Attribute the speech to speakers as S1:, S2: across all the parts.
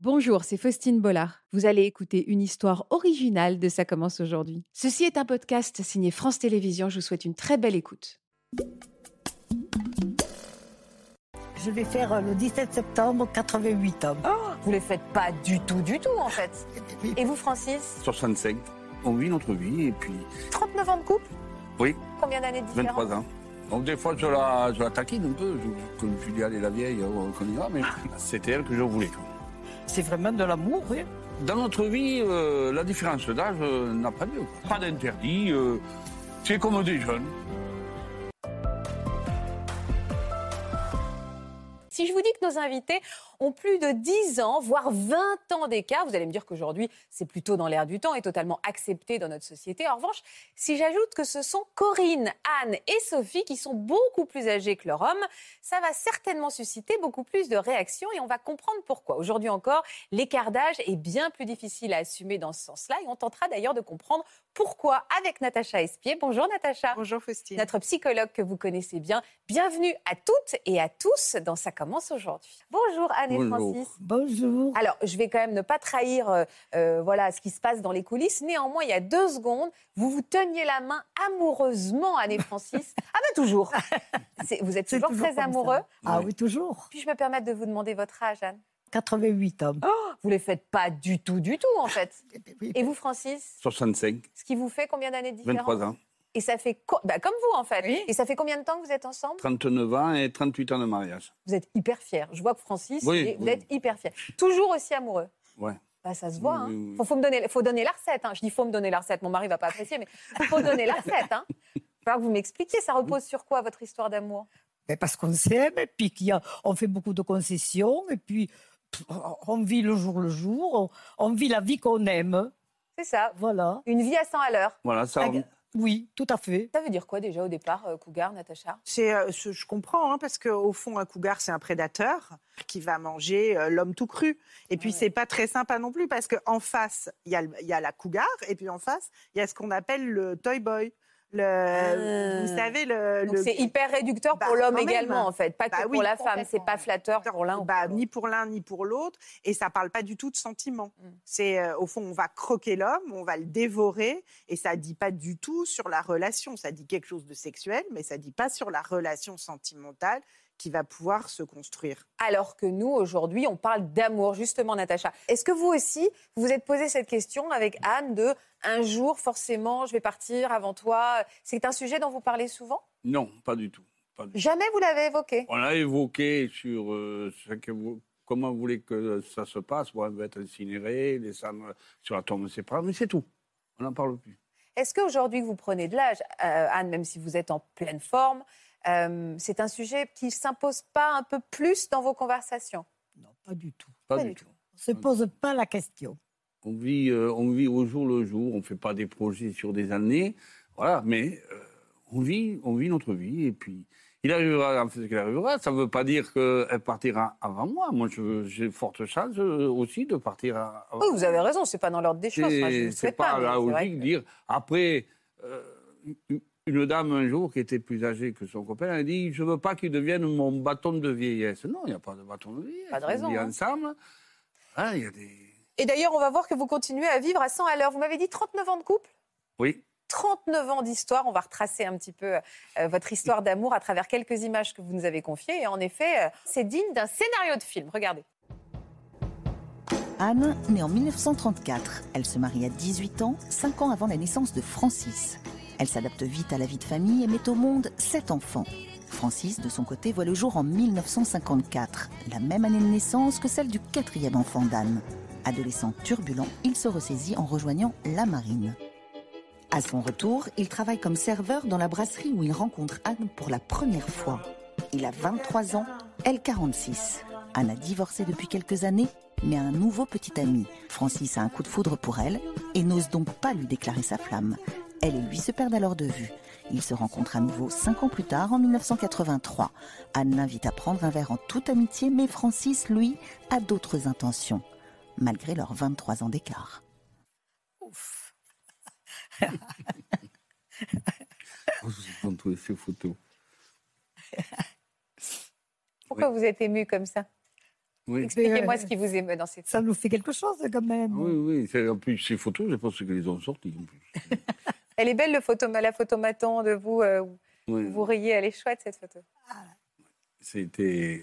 S1: Bonjour, c'est Faustine Bollard. Vous allez écouter une histoire originale de Ça commence aujourd'hui. Ceci est un podcast signé France Télévisions. Je vous souhaite une très belle écoute.
S2: Je vais faire euh, le 17 septembre 88 hommes.
S3: Oh, Vous les faites pas du tout, du tout en fait. Et vous, Francis
S4: sur 65. On vit notre vie et puis
S3: 39 ans de couple
S4: Oui.
S3: Combien d'années de différence
S4: 23 ans. Donc des fois je la, je la taquine un peu, je, comme je dis allez la vieille, euh, qu'on y va, mais c'était elle que je voulais. quoi.
S2: C'est vraiment de l'amour, oui.
S4: Dans notre vie, euh, la différence d'âge euh, n'a pas lieu. quoi. Pas d'interdit, euh, c'est comme des jeunes.
S3: Si je vous dis que nos invités ont plus de 10 ans, voire 20 ans d'écart, vous allez me dire qu'aujourd'hui, c'est plutôt dans l'air du temps et totalement accepté dans notre société. En revanche, si j'ajoute que ce sont Corinne, Anne et Sophie qui sont beaucoup plus âgées que leur homme, ça va certainement susciter beaucoup plus de réactions et on va comprendre pourquoi. Aujourd'hui encore, l'écart d'âge est bien plus difficile à assumer dans ce sens-là et on tentera d'ailleurs de comprendre pourquoi avec Natacha Espier. Bonjour Natacha.
S5: Bonjour Faustine.
S3: notre psychologue que vous connaissez bien. Bienvenue à toutes et à tous dans Ça commence aujourd'hui. Bonjour Anne et
S4: Bonjour.
S3: Francis.
S2: Bonjour.
S3: Alors, je vais quand même ne pas trahir euh, euh, voilà, ce qui se passe dans les coulisses. Néanmoins, il y a deux secondes, vous vous teniez la main amoureusement, Anne et Francis. ah ben toujours C'est- Vous êtes
S2: C'est
S3: toujours,
S2: toujours
S3: très
S2: comme ça.
S3: amoureux.
S2: Ah
S4: Ouais.
S2: oui, toujours.
S3: Puis-je me permettre de vous demander votre âge, Anne
S2: 88 hommes. Eh ben
S3: Vous ne les faites pas du tout, du tout, en fait. Et vous, Francis
S4: 65,
S3: Ce qui vous fait combien d'années de différence
S4: 23 ans,
S3: Et ça fait... co- bah, comme vous, en fait.
S5: Oui.
S3: Et ça fait combien de temps que vous êtes ensemble
S4: 39 ans et 38 ans de mariage.
S3: Vous êtes hyper fier. Je vois que Francis,
S4: Oui,
S3: il est- vous
S4: oui.
S3: êtes hyper fier. Toujours aussi amoureux.
S4: Ouais.
S3: Bah, ça se voit. hein.
S4: Oui, oui, oui.
S3: Faut, faut me donner, faut donner la recette. hein. Je dis faut me donner la recette. Mon mari va pas apprécier, mais faut donner la recette. Hein. Il va falloir que vous m'expliquiez. Ça repose sur quoi votre histoire d'amour
S2: Mais parce qu'on s'aime, et puis qu'il y a- on fait beaucoup de concessions, et puis pff, on vit le jour le jour, on, on vit la vie qu'on aime.
S3: C'est ça.
S2: Voilà.
S3: Une vie à 100 à l'heure.
S4: Voilà, ça,
S2: Ah, Oui, tout à fait.
S3: Ça veut dire quoi déjà au départ, euh, Cougar, Natacha
S5: C'est, euh, je, je comprends, hein, parce qu'au fond, un cougar, c'est un prédateur qui va manger euh, l'homme tout cru. Et puis,
S3: Ouais.
S5: c'est pas très sympa non plus, parce qu'en face, il y, a le- il y a la cougar, et puis en face, il y a ce qu'on appelle le toy boy. Le,
S3: Ah.
S5: Vous savez, le.
S3: Donc
S5: Euh, le-
S3: c'est hyper réducteur pour
S5: Bah,
S3: l'homme
S5: quand même.
S3: également en fait, pas que
S5: Bah
S3: pour
S5: oui,
S3: la femme. C'est pas
S5: complètement.
S3: flatteur pour l'un ou
S5: Bah,
S3: pour l'autre.
S5: ni pour l'un ni pour l'autre, et ça parle pas du tout de sentiment.
S3: Mm.
S5: C'est euh, au fond, on va croquer l'homme, on va le dévorer, et ça dit pas du tout sur la relation. Ça dit quelque chose de sexuel, mais ça dit pas sur la relation sentimentale qui va pouvoir se construire.
S3: Alors que nous, aujourd'hui, on parle d'amour, justement, Natacha. Est-ce que vous aussi, vous vous êtes posé cette question avec Anne de un jour, forcément, je vais partir avant toi C'est un sujet dont vous parlez souvent
S4: non, pas du tout. Pas du tout.
S3: Jamais vous l'avez évoqué.
S4: On l'a évoqué sur euh, ce que vous- comment vous voulez que ça se passe. Bon, elle va être incinérée, les cendres sur la tombe séparée, mais c'est tout. On n'en parle plus.
S3: Est-ce qu'aujourd'hui que vous prenez de l'âge, euh, Anne, même si vous êtes en pleine forme, euh, c'est un sujet qui s'impose pas un peu plus dans vos conversations
S2: Non, pas du tout.
S4: Pas,
S3: Pas
S4: du
S3: du
S4: tout.
S2: On se pose pas la question.
S4: On vit, euh, on vit au jour le jour, on ne fait pas des projets sur des années, voilà, mais euh, on, vit, on vit notre vie et puis il arrivera en fait ce qu'il arrivera. Ça ne veut pas dire qu'elle partira avant moi. Moi, je- j'ai forte chance euh, aussi de partir a- avant
S3: Oui, Oh, vous avez raison, c'est pas dans l'ordre des choses. Enfin, je ne
S4: C'est
S3: le
S4: c'est
S3: souhaite
S4: pas,
S3: pas. mais
S4: la
S3: c'est vrai
S4: logique de
S3: que-
S4: dire. Après, euh, une- une dame un jour qui était plus âgée que son copain, elle a dit Je veux pas qu'il devienne mon bâton de vieillesse. Non, il n'y a pas de bâton de vieillesse.
S3: Pas de raison,
S4: On vit
S3: hein.
S4: ensemble. Ah, il y a des.
S3: Et d'ailleurs, on va voir que vous continuez à vivre à 100 à l'heure. Vous m'avez dit 39 ans de couple
S4: Oui,
S3: 39 ans d'histoire. On va retracer un petit peu euh, votre histoire d'amour à travers quelques images que vous nous avez confiées. Et en effet, euh, c'est digne d'un scénario de film. Regardez.
S6: Anne née en 1934. Elle se marie à 18 ans, 5 ans avant la naissance de Francis. Elle s'adapte vite à la vie de famille et met au monde 7 enfants. Francis, de son côté, voit le jour en 1954, la même année de naissance que celle du quatrième enfant d'Anne. Adolescent turbulent, il se ressaisit en rejoignant la marine. À son retour, il travaille comme serveur dans la brasserie où il rencontre Anne pour la première fois. Il a 23 ans, elle 46. Anne a divorcé depuis quelques années, mais a un nouveau petit ami. Francis a un coup de foudre pour elle et n'ose donc pas lui déclarer sa flamme. Elle et lui se perdent alors de vue. Ils se rencontrent à nouveau cinq ans plus tard, en 1983. Anne l'invite à prendre un verre en toute amitié, mais Francis, lui, a d'autres intentions, malgré leurs 23 ans d'écart.
S2: Ouf.
S4: je vous prends toutes ces photos.
S3: Pourquoi vous êtes ému comme ça
S4: Oui. Ah
S3: Expliquez-moi ce qui vous émeut dans cette
S2: Ça nous fait quelque chose quand même.
S4: Oui, oui. c'est- En plus, ces photos, je pense qu'ils les ont sorties. En plus.
S3: Elle est belle, le photo, la photomaton de vous. euh, où
S4: Ouais.
S3: vous riez, elle est chouette, cette photo.
S4: C'était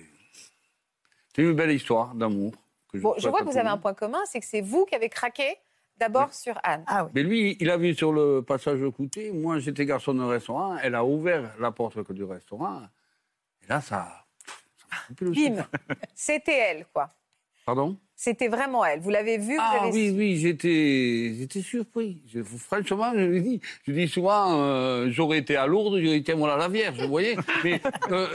S4: c'était une belle histoire d'amour. que
S3: Bon, je
S4: souhaite
S3: vois
S4: à
S3: que vous
S4: tout le
S3: avez un
S4: monde.
S3: point commun, c'est que c'est vous qui avez craqué d'abord sur Anne.
S2: Ah oui.
S4: Mais lui, il a vu sur le passage de côté. Moi, j'étais garçon d'un restaurant. Elle a ouvert la porte du restaurant. Et là, ça. ça m'a coupé le souffle.
S3: Bim C'était elle, quoi.
S4: Pardon
S3: C'était vraiment elle. Vous l'avez vue, vous
S4: Ah
S3: avez
S4: oui,
S3: su.
S4: oui, j'étais, j'étais surpris. Je- franchement, je lui dis, je dis souvent, euh, j'aurais été à Lourdes, j'aurais été à la Vierge, vous voyez. Mais euh,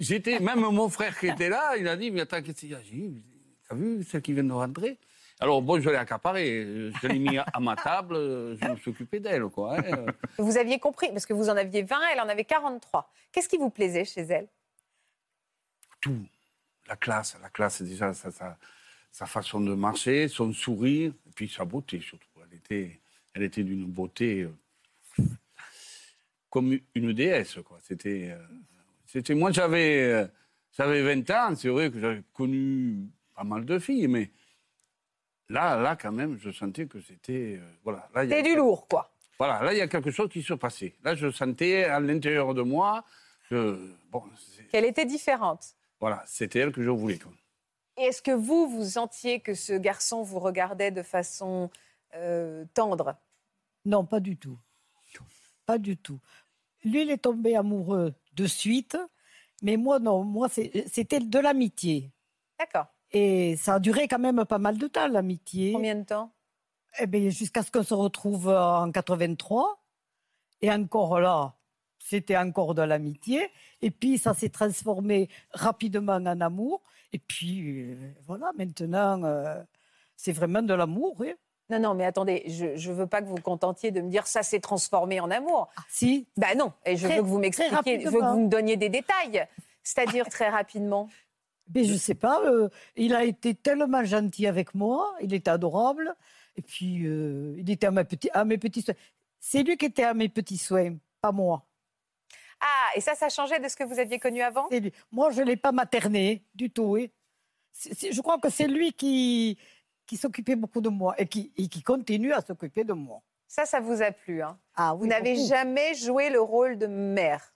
S4: j'étais, même mon frère qui était là, il a dit, mais attends, qu'est-ce qu'il y a J'ai dit, t'as vu celle qui vient de rentrer Alors bon, je l'ai accaparée, je l'ai mis à, à ma table, euh, je me suis occupé d'elle, quoi. hein.
S3: Vous aviez compris, parce que vous en aviez 20, elle en avait 43. Qu'est-ce qui vous plaisait chez elle
S4: tout. La classe, la classe, déjà, sa, sa- sa façon de marcher, son sourire, et puis sa beauté surtout. Elle était, elle était d'une beauté euh, comme une déesse, quoi. C'était. euh, c'était moi, j'avais, euh, j'avais 20 ans, c'est vrai que j'avais connu pas mal de filles, mais là, là, quand même, je sentais que c'était. euh, voilà, là, il y a-
S3: C'était du lourd, quoi.
S4: voilà, là, il y a quelque chose qui se passait. Là, je sentais à l'intérieur de moi que. Bon, c'est-
S3: Qu'elle était différente.
S4: voilà, c'était elle que je voulais, quoi.
S3: Et est-ce que vous, vous sentiez que ce garçon vous regardait de façon euh, tendre
S2: Non, pas du tout. Pas du tout. Lui, il est tombé amoureux de suite, mais moi, non. Moi, c'est- c'était de l'amitié.
S3: D'accord.
S2: Et ça a duré quand même pas mal de temps, l'amitié.
S3: Combien de temps
S2: Eh bien, jusqu'à ce qu'on se retrouve en 83. Et encore là, c'était encore de l'amitié. Et puis, ça s'est transformé rapidement en amour. Et puis, euh, voilà, maintenant, euh, c'est vraiment de l'amour. oui.
S3: Non, non, mais attendez, je ne veux pas que vous vous contentiez de me dire ça s'est transformé en amour.
S2: Ah, si,
S3: Ben non, et je
S2: Très-
S3: veux que vous
S2: très
S3: m'expliquiez, je veux que
S2: rapidement.
S3: vous me donniez des détails. C'est-à-dire très rapidement.
S2: mais je sais pas, euh, il a été tellement gentil avec moi, il était adorable. Et puis, euh, il était à, ma petit- à mes petits soins. C'est lui qui était à mes petits soins, pas moi.
S3: Ah, et ça, ça changeait de ce que vous aviez connu avant
S2: C'est lui. Moi, je ne l'ai pas materné du tout. oui. C'est- c'est- je crois que c'est lui qui, qui s'occupait beaucoup de moi et qui, et qui continue à s'occuper de moi.
S3: Ça, ça vous a plu. hein.
S2: Ah,
S3: vous n'avez
S2: beaucoup.
S3: jamais joué le rôle de mère.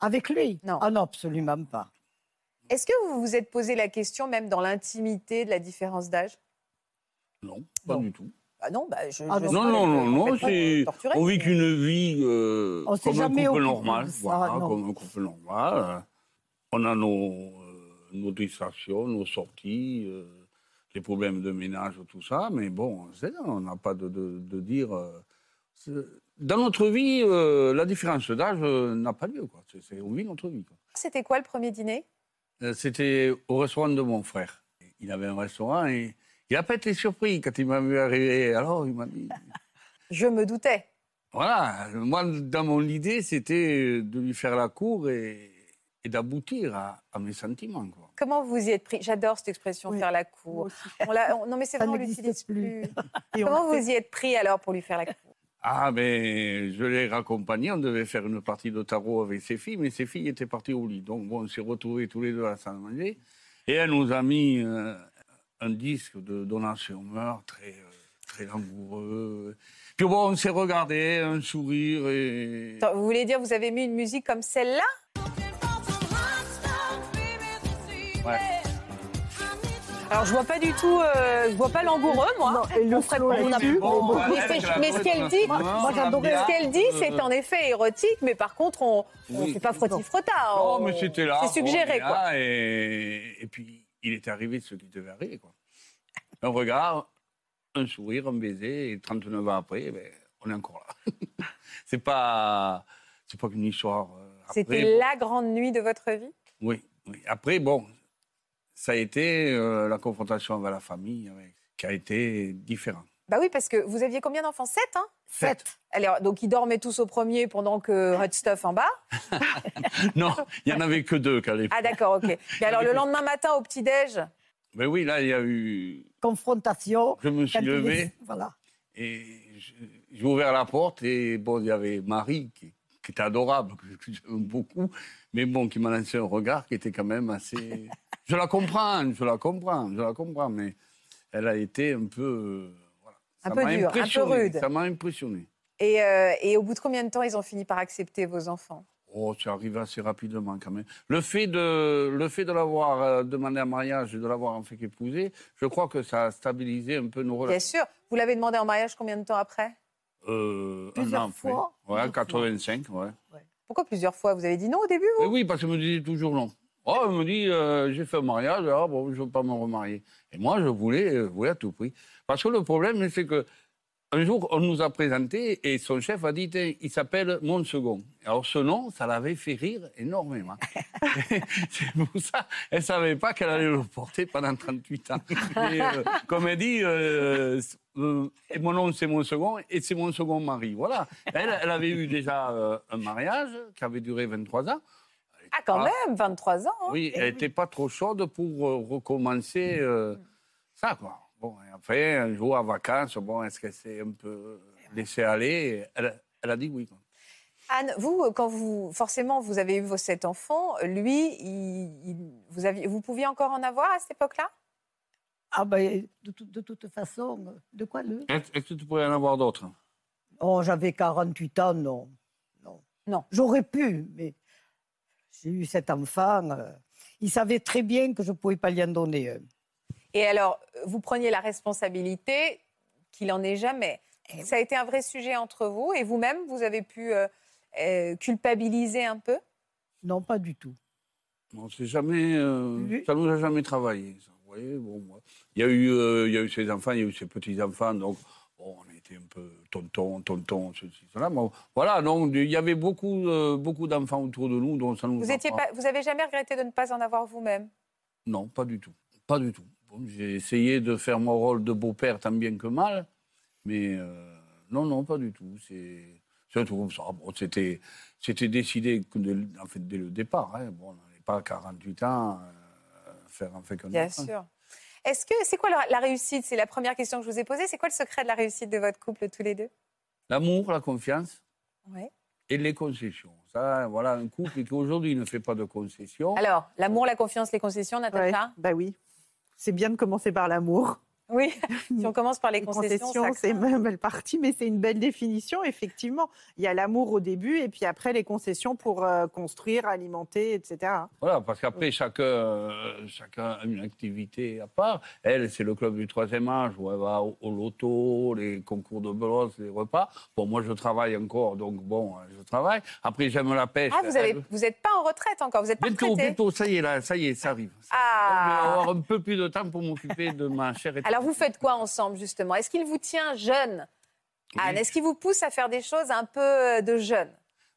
S2: Avec lui
S3: Non.
S2: Ah non, absolument pas.
S3: Est-ce que vous vous êtes posé la question, même dans l'intimité, de la différence d'âge
S4: Non, pas
S2: Non.
S4: du tout.
S3: Ah non, bah, je,
S2: Ah
S3: je sens
S2: non.
S4: Non,
S3: que vous
S4: non, non,
S3: êtes
S4: non,
S3: complètement
S4: c'est-
S3: torturé.
S4: On vit qu'une vie euh,
S2: On s'est
S4: comme un
S2: jamais
S4: couple
S2: occupé
S4: normal.
S2: de ça,
S4: voilà,
S2: non.
S4: comme un couple normal. hein. On a nos, euh, nos distractions, nos sorties, euh, les problèmes de ménage, tout ça. Mais bon, c'est là, on n'a pas de, de- de dire. euh, c'est- dans notre vie, euh, la différence d'âge euh, n'a pas lieu. Quoi. C'est- c'est- on vit notre vie. quoi.
S3: C'était quoi le premier dîner
S4: Euh, C'était au restaurant de mon frère. Il avait un restaurant et il n'a pas été surpris quand il m'a vu arriver. Alors, il m'a dit.
S3: Je me doutais.
S4: Voilà, moi, dans mon idée, c'était euh, de lui faire la cour et, et d'aboutir à, à mes sentiments. Quoi.
S3: Comment vous y êtes pris J'adore cette expression,
S5: Oui.
S3: faire la cour. On l'a- on- non, mais c'est
S2: Ça
S3: vrai, on
S2: n'existe
S3: l'utilise plus.
S2: plus.
S5: Et on
S3: Comment
S5: le fait.
S3: vous y êtes pris alors pour lui faire la cour
S4: Ah, mais je l'ai raccompagné, on devait faire une partie de tarot avec ses filles, mais ses filles étaient parties au lit. Donc, bon, on s'est retrouvés tous les deux à la salle à manger. Et elle nous a mis euh, un disque de Donna Summer, très, euh, très langoureux. Puis bon, on s'est regardés, un sourire et...
S3: Attends, Vous voulez dire, vous avez mis une musique comme celle-là
S4: Ouais.
S3: Alors je vois pas du tout, euh, je vois pas l'angoureux moi.
S2: Non, et le
S3: On ferait
S2: slow
S3: pas-
S2: est
S3: on a-
S2: dessus.
S4: Bon,
S3: Mais
S4: elle,
S3: c'est-
S4: elle a
S3: mais ce
S4: trouvé
S3: qu'elle
S4: son
S3: dit-
S4: instrument,
S2: Moi, j'adorais.
S4: la
S3: Ce qu'elle dit, c'est en effet érotique, mais par contre, on ne
S4: Oui.
S3: fait pas frotti-frotta.
S4: Non,
S3: on-
S4: Oh, mais c'était là.
S3: Oh, C'est suggéré,
S4: on est
S3: quoi.
S4: là, et... et puis, il est arrivé ce qui devait arriver, quoi. Un regard, un sourire, un baiser, et 39 ans après, eh ben, on est encore là. c'est pas... C'est pas qu'une histoire. euh, après,
S3: C'était la grande nuit de votre vie
S4: bon, Oui, oui. Après, bon, ça a été euh, la confrontation avec la famille, avec- qui a été différente.
S3: Bah oui, parce que vous aviez combien d'enfants Sept, hein
S4: Sept.
S3: Alors, donc ils dormaient tous au premier pendant que Hot Stuff en bas.
S4: Non, il y en avait que deux qu'à l'époque.
S3: Ah d'accord, ok. Mais alors le lendemain matin au petit-déj,
S4: Mais Ben oui, là, il y a eu...
S2: Confrontation.
S4: Je me suis
S2: Quand il est-
S4: levé...
S2: Voilà.
S4: Et je- j'ai ouvert la porte et bon, il y avait Marie qui, qui était adorable, que j'aime beaucoup, mais bon, qui m'a lancé un regard qui était quand même assez. Je la comprends, je la comprends, je la comprends, mais elle a été un peu. euh, voilà.
S3: Un
S4: Ça
S3: peu
S4: m'a
S3: dure, un peu
S4: impressionné,
S3: rude.
S4: Ça m'a impressionné.
S3: Et, euh, et au bout de combien de temps ils ont fini par accepter vos enfants
S4: Oh, c'est arrivé assez rapidement quand même. Le fait de, le fait de l'avoir euh, demandé en mariage et de l'avoir en fait épousé, je crois que ça a stabilisé un peu nos
S3: Bien
S4: relations.
S3: sûr. Vous l'avez demandé en mariage combien de temps après
S4: Euh, un
S2: Plusieurs
S4: an après.
S2: fois,
S4: Ouais,
S2: plusieurs
S4: 85, ouais.
S3: Pourquoi plusieurs fois Vous avez dit non au début
S4: Et Eh oui, parce qu'elle me disait toujours non. Oh, elle me dit, euh, j'ai fait un mariage, ah, bon, je ne veux pas me remarier. Et moi, je voulais, euh, je voulais à tout prix. Parce que le problème, c'est que un jour, on nous a présenté et son chef a dit, Tiens, il s'appelle mon second. Alors, ce nom, ça l'avait fait rire énormément. c'est pour ça, elle ne savait pas qu'elle allait le porter pendant 38 ans. Et, euh, comme elle dit, euh, euh, et mon nom, c'est mon second, et c'est mon second mari. Voilà. Elle, elle avait eu déjà euh, un mariage qui avait duré 23 ans.
S3: Ah, quand
S4: Ah.
S3: même, 23 ans. hein.
S4: Oui, elle n'était pas trop chaude pour euh, recommencer euh, ça, quoi. Bon, et après, un jour, à vacances, bon, est-ce qu'elle s'est un peu laissée aller elle, elle a dit oui. quoi.
S3: Anne, vous, euh, quand vous, forcément, vous avez eu vos sept enfants, lui, il- il- vous, aviez, vous pouviez encore en avoir à cette époque-là
S2: Ah ben, de, tout- de toute façon, euh, de quoi le
S4: Est-ce est-ce que tu pourrais en avoir d'autres
S2: Oh, j'avais 48 ans, non. Non.
S3: Non.
S2: J'aurais pu, mais j'ai eu cet enfant. euh, il savait très bien que je ne pouvais pas lui en donner. un.
S3: Et alors, euh, vous preniez la responsabilité qu'il en ait jamais. Ça a été un vrai sujet entre vous et vous-même, vous avez pu euh, euh, culpabiliser un peu
S2: Non, pas du tout.
S4: On sait jamais. euh,
S2: Oui.
S4: Ça nous a jamais travaillé. ça. Vous voyez, bon, moi. Il y a eu, euh, il y a eu ses enfants, il y a eu ses petits enfants, donc bon, on était un peu tonton, tonton, ceci, cela. mais voilà, donc il y avait beaucoup, euh, beaucoup d'enfants autour de nous, donc ça nous.
S3: Vous
S4: a
S3: étiez pas- vous avez jamais regretté de ne pas en avoir vous-même
S4: Non, pas du tout, pas du tout. Bon, J'ai essayé de faire mon rôle de beau-père tant bien que mal, mais euh, non, non, pas du tout. C'est c'est un truc comme ça. Bon, c'était c'était décidé que dès, le- en fait, dès le départ. hein. Bon, on n'avait pas 48 ans. euh, Faire un fait comme
S3: Bien sûr. Est-ce que c'est quoi la, la réussite C'est la première question que je vous ai posée. C'est quoi le secret de la réussite de votre couple tous les deux
S4: L'amour, la confiance
S3: Ouais.
S4: et les concessions. Ça, voilà, un couple qui aujourd'hui ne fait pas de concessions.
S3: Alors, l'amour, la confiance, les concessions,
S5: Ouais,
S3: Natacha
S5: Bah oui. C'est bien de commencer par l'amour.
S3: Oui. si on commence par les
S5: Les
S3: concessions, ça
S5: concessions, c'est
S3: craint.
S5: même mal parti, mais c'est une belle définition, effectivement. Il y a l'amour au début et puis après les concessions pour euh, construire, alimenter, etc.
S4: Voilà, parce qu'après, chacun, euh, chacun a une activité à part. Elle, c'est le club du troisième âge où elle va au, au loto, les concours de brosse, les repas. Bon, moi, je travaille encore, donc bon, euh, je travaille. Après, j'aime la pêche.
S3: Ah, vous n'êtes
S4: Elle-
S3: pas en retraite encore, vous n'êtes pas
S4: Bientôt,
S3: retraité.
S4: bientôt, ça y est, là, ça y est, ça arrive. Ça arrive. Donc, je vais
S3: Ah
S4: avoir un peu plus de temps pour m'occuper de ma chère et
S3: Alors, vous faites quoi ensemble, justement Est-ce qu'il vous tient jeune, Anne Est-ce qu'il vous pousse à faire des choses un peu euh, de jeune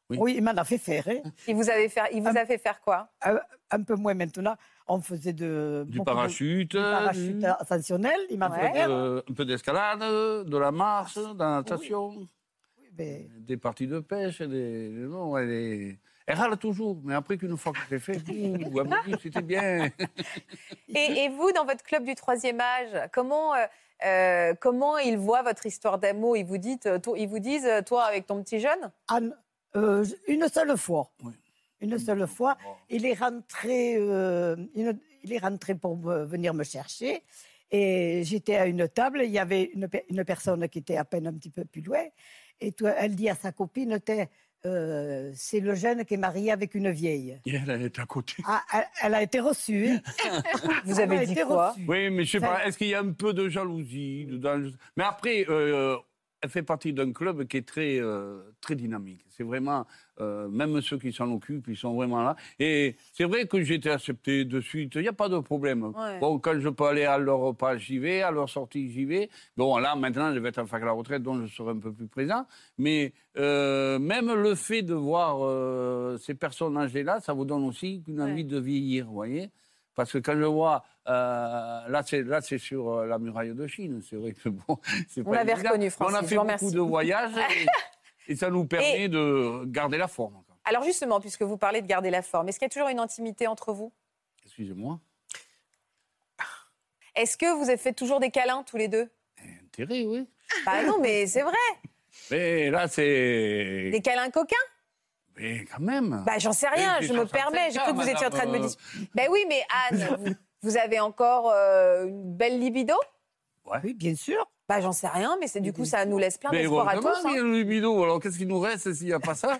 S4: Oui.
S2: Oui, il m'en a fait faire. hein.
S3: il vous, avait fait, il vous a fait faire quoi
S2: Un peu moins maintenant. On faisait de,
S4: Du
S2: beaucoup de-
S4: parachute,
S2: du parachute
S4: euh,
S2: ascensionnel. Il m'a fait
S3: Ouais.
S2: faire.
S4: euh, un peu d'escalade, de la marche, de la natation.
S2: Oui, mais-
S4: des parties de pêche, des... non, elle, est... elle râle toujours, mais après qu'une fois que c'est fait, ouh, elle me dit, c'était bien.
S3: et, et vous, dans votre club du troisième âge, comment, euh, euh, comment ils voient votre histoire d'amour ils vous, disent, euh, toi- ils vous disent, euh, toi, avec ton petit jeune
S2: Anne, euh, une seule fois.
S4: Oui.
S2: Une seule fois.
S4: Oh,
S2: Il est rentré, euh, il- il est rentré pour me- venir me chercher. Et j'étais à une table, il y avait une, pe- une personne qui était à peine un petit peu plus loin. Et toi, elle dit à sa copine, T'es, euh, c'est le jeune qui est marié avec une vieille.
S4: Et elle, elle est à côté.
S2: Ah, elle, elle a été reçue. hein.
S3: Vous
S2: Elle a
S3: avez dit
S2: été
S3: quoi
S2: reçue.
S4: Oui, mais je sais
S2: Ça-
S4: pas, est-ce qu'il y a un peu de jalousie dedans Je- Mais après, euh, elle fait partie d'un club qui est très, euh, très dynamique. C'est vraiment, euh, même ceux qui s'en occupent, ils sont vraiment là. Et c'est vrai que j'ai été accepté de suite, il n'y a pas de problème.
S3: Ouais.
S4: Bon, quand je peux aller à leur repas, j'y vais, à leur sortie, j'y vais. Bon, là, maintenant, je vais être en fac à la retraite, donc je serai un peu plus présent. Mais euh, même le fait de voir euh, ces personnes âgées-là, ça vous donne aussi une
S3: Ouais.
S4: envie de vieillir, vous voyez parce que quand je vois, euh, là c'est là c'est sur euh, la muraille de Chine, c'est vrai que bon, c'est
S3: On
S4: pas
S3: l'avait
S4: évident.
S3: reconnu,
S4: Mais
S3: Francis,
S4: On a
S3: je
S4: fait
S3: vous
S4: beaucoup
S3: remercie.
S4: de voyages et, et ça nous permet de garder la forme. quoi.
S3: Alors justement, puisque vous parlez de garder la forme, est-ce qu'il y a toujours une intimité entre vous
S4: Excusez-moi,
S3: Est-ce que vous avez fait toujours des câlins tous les deux
S4: intérêt, oui.
S3: Bah non, mais c'est vrai,
S4: Mais là c'est,
S3: des câlins coquins
S4: mais quand même.
S3: Bah j'en sais rien,
S4: Et
S3: je
S4: c'est
S3: me
S4: sur certaines
S3: permets, j'ai cru que
S4: heures,
S3: vous étiez en train de me
S4: madame, euh,
S3: dire. Ben oui, mais Anne, vous, Vous avez encore euh, une belle libido
S2: Oui, bien sûr.
S3: Bah j'en sais rien, mais c'est du coup ça nous laisse plein
S4: Mais
S3: d'espoir à
S4: vraiment,
S3: tous. hein.
S4: il y a le libido. Alors qu'est-ce qui nous reste s'il n'y a pas ça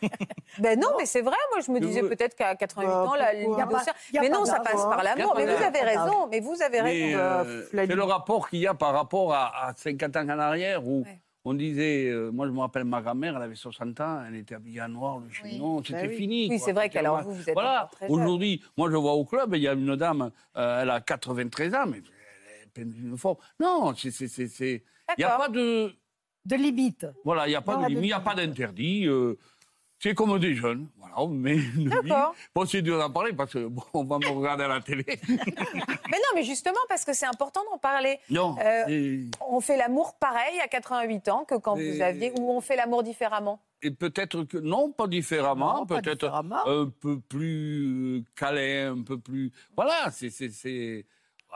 S3: Ben non, mais c'est vrai. Moi je me
S4: Mais
S3: disais
S4: vous-
S3: peut-être qu'à 88
S5: Bah,
S3: ans la
S5: pourquoi
S3: libido.
S2: pas-
S3: sert-
S2: y a
S3: Mais
S2: pas
S3: non, ça
S2: d'argent,
S3: passe par
S2: hein.
S3: l'amour.
S4: Y a
S3: Mais
S4: pas
S3: vous avez
S2: d'argent.
S3: raison. Mais vous avez raison. bah,
S4: Mais euh,
S5: la
S4: c'est le
S5: libido.
S4: rapport qu'il y a par rapport à, à 50 ans en arrière où
S3: Ouais.
S4: on disait, euh, moi je me rappelle ma grand-mère, elle avait 60 ans, elle était habillée en noir, le chignon, c'était
S5: oui.
S4: fini.
S3: Bah Oui,
S4: quoi.
S3: c'est vrai
S4: C'était
S3: qu'alors
S4: mal.
S3: vous, vous êtes
S4: Voilà,
S3: encore très jeune.
S4: aujourd'hui, moi je vois au club, il y a une dame, euh, elle a 93 ans, mais elle est pleine d'une forme. Non, c'est- c'est- c'est. c'est- Il n'y a
S3: D'accord.
S4: pas de.
S2: De limite.
S4: Voilà, il n'y a pas
S2: Non,
S4: de
S2: la
S4: limite, il n'y a pas d'interdit. euh, c'est comme des jeunes, voilà, mais une vie.
S3: D'accord.
S4: Bon, c'est dur d'en parler parce que bon, on va me regarder à la télé.
S3: Mais non, mais justement parce que c'est important d'en parler.
S4: Non.
S3: Euh,
S4: c'est-
S3: On fait l'amour pareil à 88 ans que quand
S4: Mais-
S3: vous aviez, ou on fait l'amour différemment.
S4: Et peut-être que non, pas différemment,
S2: Non, pas
S4: peut-être
S2: différemment.
S4: un peu plus euh, câlin, un peu plus. Voilà, c'est c'est c'est.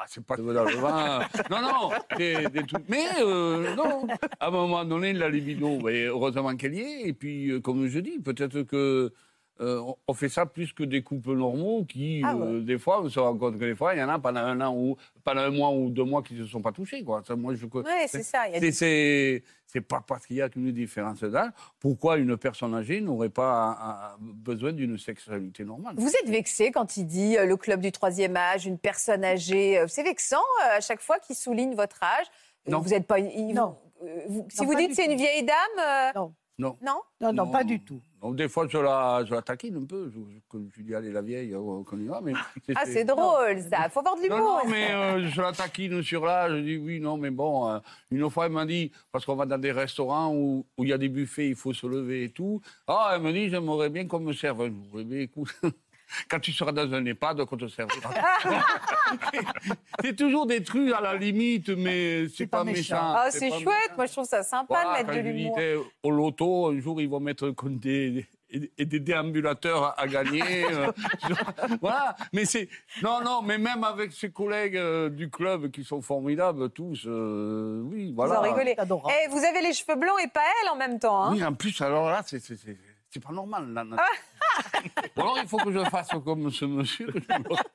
S4: Ah, c'est pas dans le vin. Non, non, des, des trucs. Mais euh, non, à un moment donné, la libido, mais heureusement qu'elle y est. Et puis, euh, comme je dis, peut-être que euh, on- on fait ça plus que des couples normaux qui,
S3: Ah ouais.
S4: euh, des fois, on se rencontre que des fois, il y en a pendant un an ou pendant un mois ou deux mois qui ne se sont pas touchés. Quoi. Ça, moi, je,
S3: Ouais, c'est ça. il y a
S4: c'est,
S3: des-
S4: c'est, c'est pas parce qu'il y a qu'une différence d'âge. Pourquoi une personne âgée n'aurait pas un- un- besoin d'une sexualité normale
S3: Vous êtes vexé quand il dit euh, le club du troisième âge, une personne âgée. euh, C'est vexant euh, à chaque fois qu'il souligne votre âge. Euh,
S4: Non.
S3: Vous êtes pas. une- il-
S2: Non.
S3: euh, vous- si
S2: Non,
S3: vous
S2: pas
S3: dites
S2: du
S3: c'est une
S2: tout.
S3: vieille dame. euh,
S2: Non.
S4: Non.
S3: Non.
S2: Non, non, pas du tout.
S4: Donc, des fois, je la, je la taquine un peu. Je, je- comme je dis, allez, la vieille, euh, qu'on y va. Mais
S3: Ah, c'est drôle ça. Faut avoir de
S4: Non,
S3: l'humour.
S4: non, mais euh, je la taquine sur là. Je dis, oui, non, mais bon. euh, une fois, elle m'a dit, parce qu'on va dans des restaurants où où il y a des buffets, il faut se lever et tout. Ah, elle me dit, j'aimerais bien qu'on me serve un jour. Eh bien, écoute, quand tu seras dans un EHPAD, qu'on te servira. c'est toujours des trucs à la limite, mais c'est pas,
S2: pas
S4: méchant.
S2: méchant.
S3: Ah,
S4: pas
S3: c'est chouette.
S4: méchant.
S3: Moi, je trouve ça sympa
S4: Voilà,
S3: de mettre
S4: quand
S3: de
S4: je
S3: l'humour.
S4: disais, au loto, un jour, ils vont mettre comme des, et- et des déambulateurs à- à gagner. euh, je- voilà. Mais c'est. Non, non, mais même avec ses collègues euh, du club qui sont formidables, tous. euh, oui,
S3: Vous
S4: voilà.
S3: en rigolez.
S2: C'est adorable.
S3: Eh, vous avez les cheveux blancs et pas elle en même temps. hein.
S4: Oui, en plus, alors là, c'est. c'est- c'est- c'est pas normal, là. Ou alors, il faut que je fasse comme ce monsieur.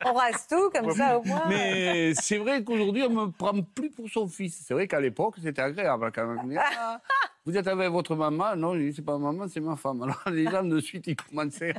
S3: On rase tout comme ça au
S5: Ah.
S3: moins.
S4: Mais c'est vrai qu'aujourd'hui, on me prend plus pour son fils. C'est vrai qu'à l'époque, c'était agréable. Quand on disait, Ah, vous êtes avec votre maman Non, je dis, c'est pas ma maman, c'est ma femme. Alors les gens, de suite, ils commençaient.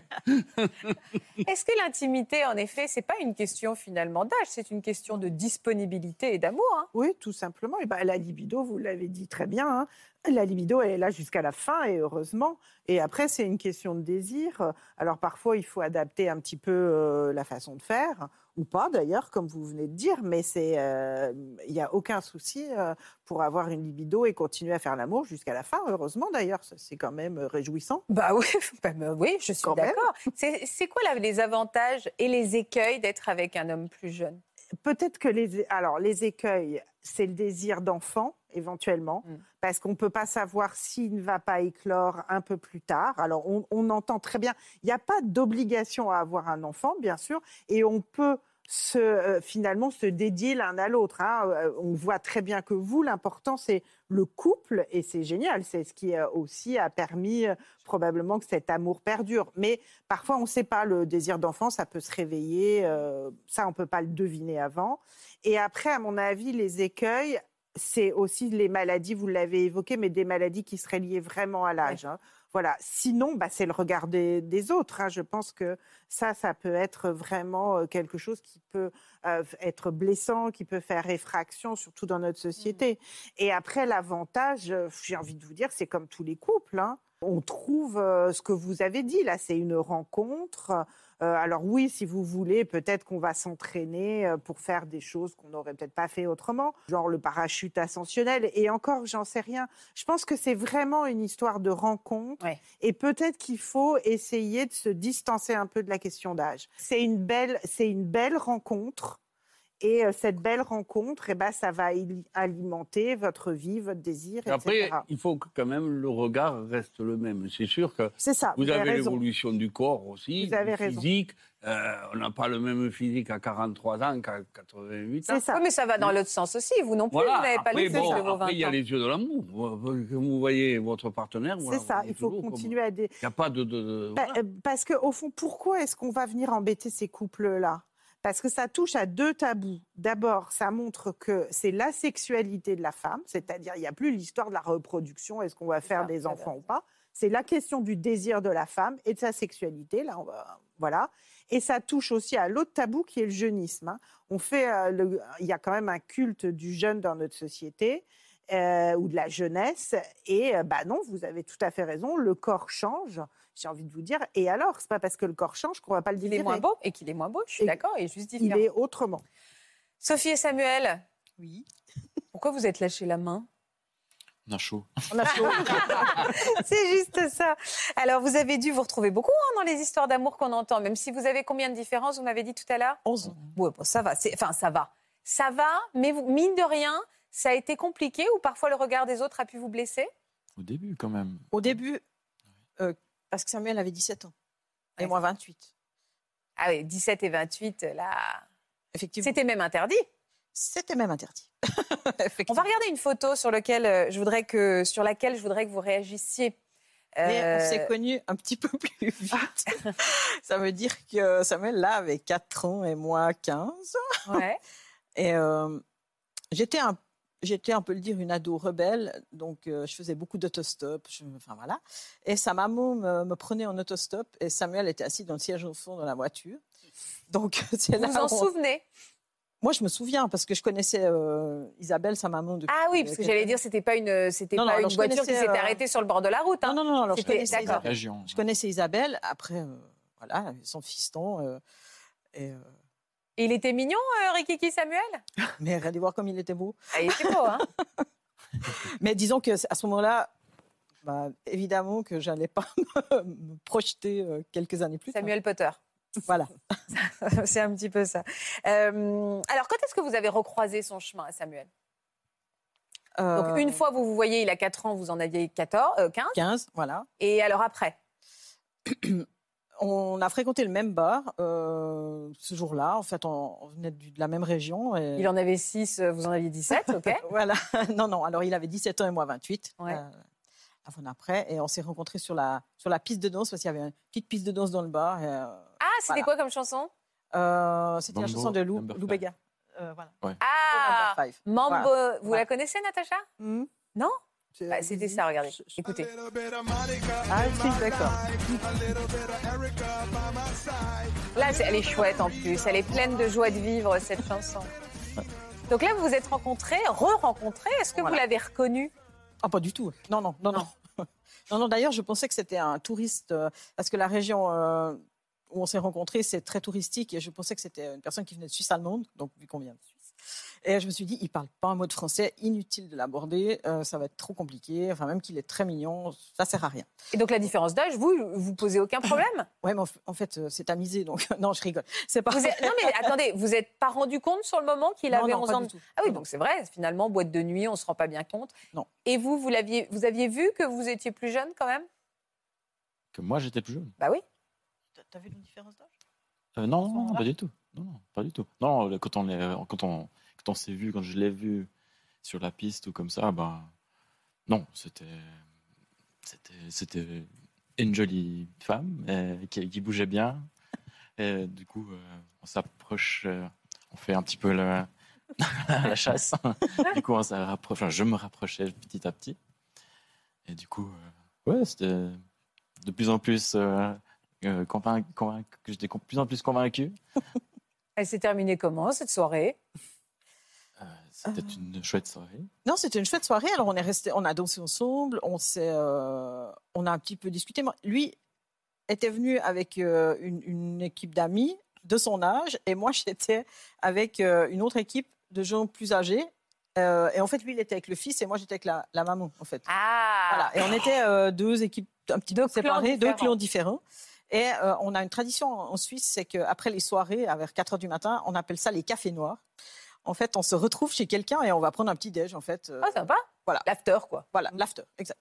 S3: Est-ce que l'intimité, en effet, c'est pas une question finalement d'âge, c'est une question de disponibilité et d'amour. hein.
S5: Oui, tout simplement. Et ben, la libido, vous l'avez dit très bien, hein, la libido, elle est là jusqu'à la fin, et heureusement. Et après, c'est une question de désir. Alors parfois, il faut adapter un petit peu euh, la façon de faire, ou pas d'ailleurs, comme vous venez de dire, mais c'est, euh, il n'y a aucun souci euh, pour avoir une libido et continuer à faire l'amour jusqu'à la fin, heureusement d'ailleurs. Ça, C'est quand même euh, réjouissant.
S3: Bah oui, bah, bah oui, je suis
S5: Quand même.
S3: d'accord. C'est c'est quoi là, les avantages et les écueils d'être avec un homme plus jeune
S5: Peut-être que les, alors, les écueils, c'est le désir d'enfant, éventuellement.
S3: Mm.
S5: parce qu'on ne peut pas savoir s'il ne va pas éclore un peu plus tard. Alors, on, on entend très bien, il n'y a pas d'obligation à avoir un enfant, bien sûr, et on peut se, euh, finalement se dédier l'un à l'autre. hein. Euh, On voit très bien que vous, l'important, c'est le couple, et c'est génial, c'est ce qui euh, aussi a permis euh, probablement que cet amour perdure. Mais parfois, on ne sait pas, le désir d'enfant, ça peut se réveiller, euh, ça, on ne peut pas le deviner avant. Et après, à mon avis, les écueils, c'est aussi les maladies, vous l'avez évoqué, mais des maladies qui seraient liées vraiment à l'âge. hein. Voilà. Sinon, bah, c'est le regard des, des autres. hein. Je pense que ça, ça peut être vraiment euh, quelque chose qui peut euh, être blessant, qui peut faire réfraction, surtout dans notre société. Et après, l'avantage, euh, j'ai envie de vous dire, c'est comme tous les couples. hein. On trouve euh, ce que vous avez dit là, c'est une rencontre. Euh, alors oui, si vous voulez, peut-être qu'on va s'entraîner euh, pour faire des choses qu'on n'aurait peut-être pas fait autrement, genre le parachute ascensionnel. Et encore, j'en sais rien. Je pense que c'est vraiment une histoire de rencontre.
S3: Ouais.
S5: Et peut-être qu'il faut essayer de se distancer un peu de la question d'âge. C'est une belle, c'est une belle rencontre. Et euh, cette belle rencontre, eh ben, ça va il- alimenter votre vie, votre désir,
S4: Après,
S5: etc.
S4: il faut que quand même le regard reste le même. C'est sûr que
S5: C'est ça.
S4: vous avez
S5: raison.
S4: l'évolution du corps aussi,
S5: Vous avez
S4: du
S5: raison.
S4: physique. Euh, on n'a pas le même physique à 43 ans qu'à 88 ans.
S5: C'est ça.
S3: hein Oui, mais ça va dans l'autre sens aussi. Vous non plus,
S4: Voilà.
S3: vous n'avez pas
S4: après,
S3: le
S4: bon,
S3: de vos 20
S4: après, il y a
S3: ans.
S4: les yeux de l'amour. Comme vous voyez votre partenaire, vous la
S5: C'est ça.
S4: voyez
S5: Il faut
S4: toujours comme-
S5: continuer Ben, à, dé- Bah,
S4: Il n'y a pas de. de- de-
S5: Pa-
S4: voilà.
S5: euh, Parce que au fond, pourquoi est-ce qu'on va venir embêter ces couples-là parce que ça touche à deux tabous. D'abord, ça montre que c'est la sexualité de la femme, c'est-à-dire il n'y a plus l'histoire de la reproduction, est-ce qu'on va faire
S3: ça,
S5: des
S3: ça
S5: enfants ou pas. C'est la question du désir de la femme et de sa sexualité. Là, on va- voilà. Et ça touche aussi à l'autre tabou qui est le jeunisme. hein. On fait, euh, le- il y a quand même un culte du jeune dans notre société euh, ou de la jeunesse. Et euh, bah non, vous avez tout à fait raison. Le corps change. J'ai envie de vous dire. Et alors, c'est pas parce que le corps change qu'on va pas le
S3: Il
S5: dire.
S3: est moins beau et qu'il est moins beau, je suis
S5: Et-
S3: d'accord, il est juste
S5: Il
S3: différent.
S5: est autrement.
S3: Sophie et Samuel,
S2: Oui.
S3: pourquoi vous êtes lâché la main
S7: On a chaud.
S5: On a chaud.
S3: C'est juste ça. Alors, vous avez dû vous retrouver beaucoup hein, dans les histoires d'amour qu'on entend, même si vous avez combien de différences, vous m'avez dit tout à l'heure
S2: 11
S3: Oui, bon, ça va. c'est- Enfin, ça va. Ça va, mais vous- mine de rien, ça a été compliqué ou parfois le regard des autres a pu vous blesser
S7: Au début, quand même.
S8: Au début, euh, parce que Samuel avait 17 ans et
S3: Ouais.
S8: moi 28.
S3: Ah oui, 17 et 28, là.
S8: Effectivement,
S3: C'était même interdit.
S8: c'était même interdit.
S3: On va regarder une photo sur, lequel, euh, je voudrais que, sur laquelle je voudrais que vous réagissiez.
S8: Mais on s'est
S3: Euh,
S8: connus un petit peu plus vite. ça veut dire que Samuel, là, avait 4 ans et moi 15.
S3: ouais.
S8: Et euh, j'étais, un, j'étais, on peut le dire, une ado rebelle. Donc, euh, je faisais beaucoup d'autostop. je- Enfin, voilà. Et sa maman me, me prenait en autostop et Samuel était assis dans le siège au fond de la voiture. Donc, c'est
S3: Vous
S8: là
S3: vous en
S8: où Ah, on-
S3: souvenez
S8: Moi, je me souviens parce que je connaissais euh, Isabelle, sa maman, depuis.
S3: Ah oui, parce que
S8: quelques
S3: j'allais
S8: années.
S3: dire, c'était pas une, euh, c'était
S8: Non, non,
S3: pas
S8: alors
S3: une
S8: je
S3: voiture qui
S8: connaissais,
S3: s'était
S8: euh,
S3: arrêtée sur le bord de la route. hein.
S8: Non, non, non, alors je
S3: C'était-
S8: connaissais,
S3: d'accord.
S8: Isabelle.
S7: Région.
S8: je connaissais Isabelle, après, euh, voilà, son fiston. euh, et, euh,
S3: Il était mignon, euh, Rikiki Samuel
S8: mais allez voir comme il était beau.
S3: Ah, Il était beau, hein
S8: Mais disons que c'est- à ce moment-là, bah, évidemment que j'allais pas me, me projeter euh, quelques années plus tard.
S3: Samuel Potter.
S8: Voilà.
S3: C'est un petit peu ça. Euh, alors, quand est-ce que vous avez recroisé son chemin à Samuel Donc,
S8: Euh,
S3: une fois, vous vous voyez, il a 4 ans, vous en aviez 14, euh, 15.
S8: 15, voilà.
S3: Et alors après
S8: On a fréquenté le même bar euh, ce jour-là. En fait, on, on venait du- de la même région. Et...
S3: Il en avait 6, vous en aviez 17, ok
S8: Voilà. Non, non. Alors, il avait 17 ans et moi 28.
S3: Ouais.
S8: euh, avant d'après. Et on s'est rencontrés sur la, sur la piste de danse parce qu'il y avait une petite piste de danse dans le bar. et, euh,
S3: Ah, c'était
S8: Voilà.
S3: quoi comme chanson
S8: euh, C'était la
S7: Mambo,
S8: chanson de Lou,
S7: number five.
S8: Lou Bega. Euh, voilà.
S3: Ah
S8: Number five.
S3: Mambo, vous
S8: Voilà. Euh,
S3: la connaissez, Natacha
S5: Hmm.
S3: Non
S5: C'est-
S3: Bah, C'était ça, regardez. Écoutez.
S8: Ah, si, d'accord.
S3: Là, c'est- elle est chouette en plus. Elle est pleine de joie de vivre, cette chanson. Donc là, vous vous êtes rencontrés, re-rencontrés. Est-ce que vous
S8: Voilà.
S3: l'avez reconnu
S8: Ah, pas du tout. Non, non, non, non. Non, non, d'ailleurs, je pensais que c'était un touriste, euh, parce que la région euh, où on s'est rencontrés, c'est très touristique, et je pensais que c'était une personne qui venait de Suisse allemande, donc vu qu'on vient de Suisse. Et je me suis dit, il parle pas un mot de français, inutile de l'aborder, euh, ça va être trop compliqué, enfin, même qu'il est très mignon, ça sert à rien.
S3: Et donc la différence d'âge, vous, vous posez aucun problème
S8: Ouais, mais en f- en fait, euh, c'est amusé, donc non, je rigole. C'est pas.
S3: Vous êtes- Non mais attendez, vous n'êtes pas rendu compte sur le moment qu'il
S8: Non,
S3: avait
S8: non,
S3: 11
S8: pas
S3: ans
S8: du
S3: de-
S8: tout.
S3: Ah oui,
S8: Non,
S3: donc c'est vrai, finalement, boîte de nuit, on ne se rend pas bien compte.
S8: Non.
S3: Et vous, vous, l'aviez, vous aviez vu que vous étiez plus jeune quand même
S7: Que moi, j'étais plus jeune.
S3: Bah oui.
S8: T'as vu une différence d'âge
S7: Euh, non, non, non,
S8: moment-là
S7: pas du tout. Non, non, pas du tout. Non, le- quand on, est- euh, quand on, quand on s'est vu, quand je l'ai vu sur la piste ou comme ça, ben, non, c'était, c'était, c'était une jolie femme euh, qui, qui bougeait bien. Et du coup, euh, on s'approche, euh, on fait un petit peu la, la chasse. du coup, on se rapproche. enfin, je me rapprochais petit à petit. Et du coup, euh, ouais, c'était de plus en plus. euh, euh, convainc- convainc- que j'étais de plus en plus convaincu.
S3: Elle s'est terminée comment cette soirée
S7: Euh, C'était
S3: Ah.
S7: une chouette soirée.
S8: Non, c'était une chouette soirée. Alors, on est resté, on a dansé ensemble, on s'est, euh, on a un petit peu discuté. Moi, Lui était venu avec euh, une, une équipe d'amis de son âge, et moi, j'étais avec euh, une autre équipe de gens plus âgés. Euh, et en fait, lui, il était avec le fils, et moi, j'étais avec la, la maman, en fait.
S3: Ah
S8: Voilà. Et on était euh, deux équipes un petit
S3: Deux
S8: peu
S3: clans
S8: séparées, deux
S3: différents.
S8: clans différents. Et euh, on a une tradition en Suisse, c'est qu'après les soirées, à vers 4 heures du matin, on appelle ça les cafés noirs. En fait, on se retrouve chez quelqu'un et on va prendre un petit déj, en fait. euh,
S3: Ah, sympa
S8: Voilà.
S3: L'after, quoi.
S8: voilà, l'after, exact.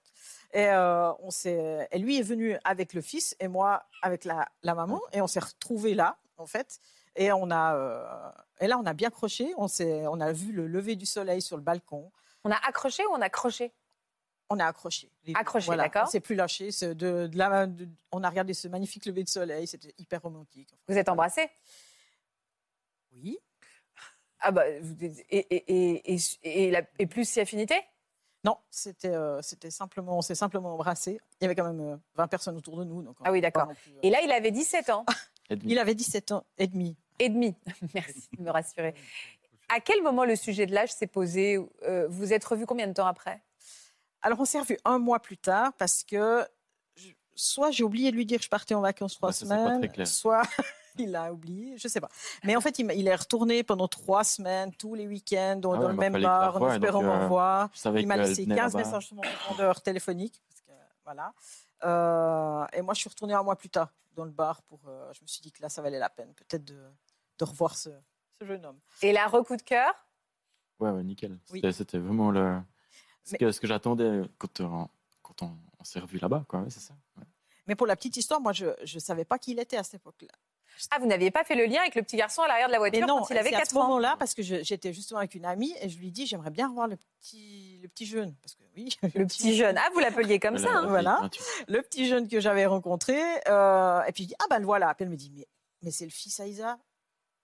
S8: Et, euh, on s'est- et lui est venu avec le fils et moi avec la, la maman. Et on s'est retrouvés là, en fait. Et, on a, euh, et là, on a bien croché. On, s'est- on a vu le lever du soleil sur le balcon.
S3: On a accroché ou on a croché
S8: On a accroché. les-
S3: Accroché,
S8: voilà,
S3: d'accord.
S8: On s'est plus lâché. c'est De, de la- de- on a regardé ce magnifique lever de soleil. C'était hyper romantique.
S3: Vous êtes embrassés Oui. Ah bah, vous dites- et, et, et, et, et la- et plus si affinité
S8: Non, c'était euh, c'était simplement, on s'est simplement embrassé. Il y avait quand même euh, 20 personnes autour de nous. Donc
S3: Ah oui, d'accord. Et là, il avait 17 ans
S7: Et demi.
S8: euh. Il avait 17 ans et demi.
S3: et demi. Merci de me rassurer. À quel moment le sujet de l'âge s'est posé euh, Vous êtes revu combien de temps après
S8: Alors on s'est revus un mois plus tard parce que je- soit j'ai oublié de lui dire que je partais en vacances trois
S7: Ouais, ça, c'est pas
S8: semaines,
S7: très clair.
S8: soit il a oublié, je sais pas. Mais en fait, il, m'a- il est retourné pendant trois semaines, tous les week-ends, dans,
S7: Ah
S8: dans
S7: ouais,
S8: le
S7: bah,
S8: même
S7: fallait que je la
S8: bar, en
S7: revoie,
S8: espérant
S7: donc,
S8: me
S7: euh,
S8: revoir.
S7: Je savais
S8: Il m'a
S7: qu'elle
S8: laissé
S7: venait
S8: 15
S7: là-bas.
S8: messages sur mon répondeur téléphonique. parce que, voilà. Euh, et moi, je suis retournée un mois plus tard dans le bar. Pour, euh, je me suis dit que là, ça valait la peine peut-être de, de revoir ce, ce jeune homme.
S3: Et là, recoup de cœur
S7: Ouais, ouais, nickel.
S8: Oui.
S7: C'était- C'était vraiment le... ce,
S8: Mais-
S7: que, ce que j'attendais quand, euh, quand on, on s'est revu là-bas, quoi. ouais, c'est ça. Ouais.
S8: Mais pour la petite histoire, moi, je ne savais pas qui il était à cette époque-là.
S3: Ah, vous n'aviez pas fait le lien avec le petit garçon à l'arrière de la
S8: Mais
S3: voiture
S8: non,
S3: quand il avait
S8: c'est à
S3: 4
S8: ce
S3: ans
S8: moment-là, parce que je- j'étais justement avec une amie et je lui dis j'aimerais bien revoir le petit, le petit jeune. Parce que oui,
S3: Le petit jeune. Ah, vous l'appeliez comme
S7: Elle
S3: ça
S7: a-
S3: hein
S7: elle a
S8: voilà.
S7: dit, Ah, tu-
S8: le petit jeune que j'avais rencontré. euh, et puis je dis, ah ben le voilà. Puis elle me dit, mais, mais c'est le fils à Isa.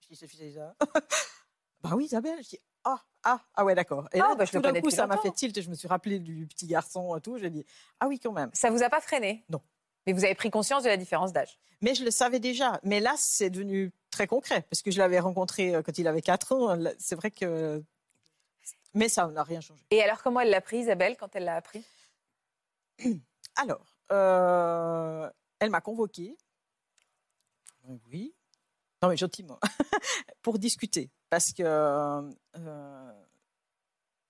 S8: Je dis, c'est le fils à Isa. bah oui, Isabelle. Je dis, ah, ah, ah ouais, d'accord. Et
S3: Ah,
S8: là,
S3: bah, je
S8: tout
S3: le
S8: d'un
S3: connais
S8: coup,
S3: depuis
S8: ça m'a
S3: longtemps.
S8: fait tilt. Je me suis rappelé du petit garçon et tout. J'ai dit, ah oui, quand même.
S3: Ça vous a pas freiné
S8: Non.
S3: Mais vous avez pris conscience de la différence d'âge.
S8: Mais je le savais déjà. Mais là, c'est devenu très concret parce que je l'avais rencontré euh, quand il avait 4 ans. Là, C'est vrai que. Mais ça n'a rien changé.
S3: Et alors, comment elle l'a pris, Isabelle, quand elle l'a appris
S8: Alors, euh, elle m'a convoquée. Oui. Non, mais gentiment. pour discuter. Parce que euh,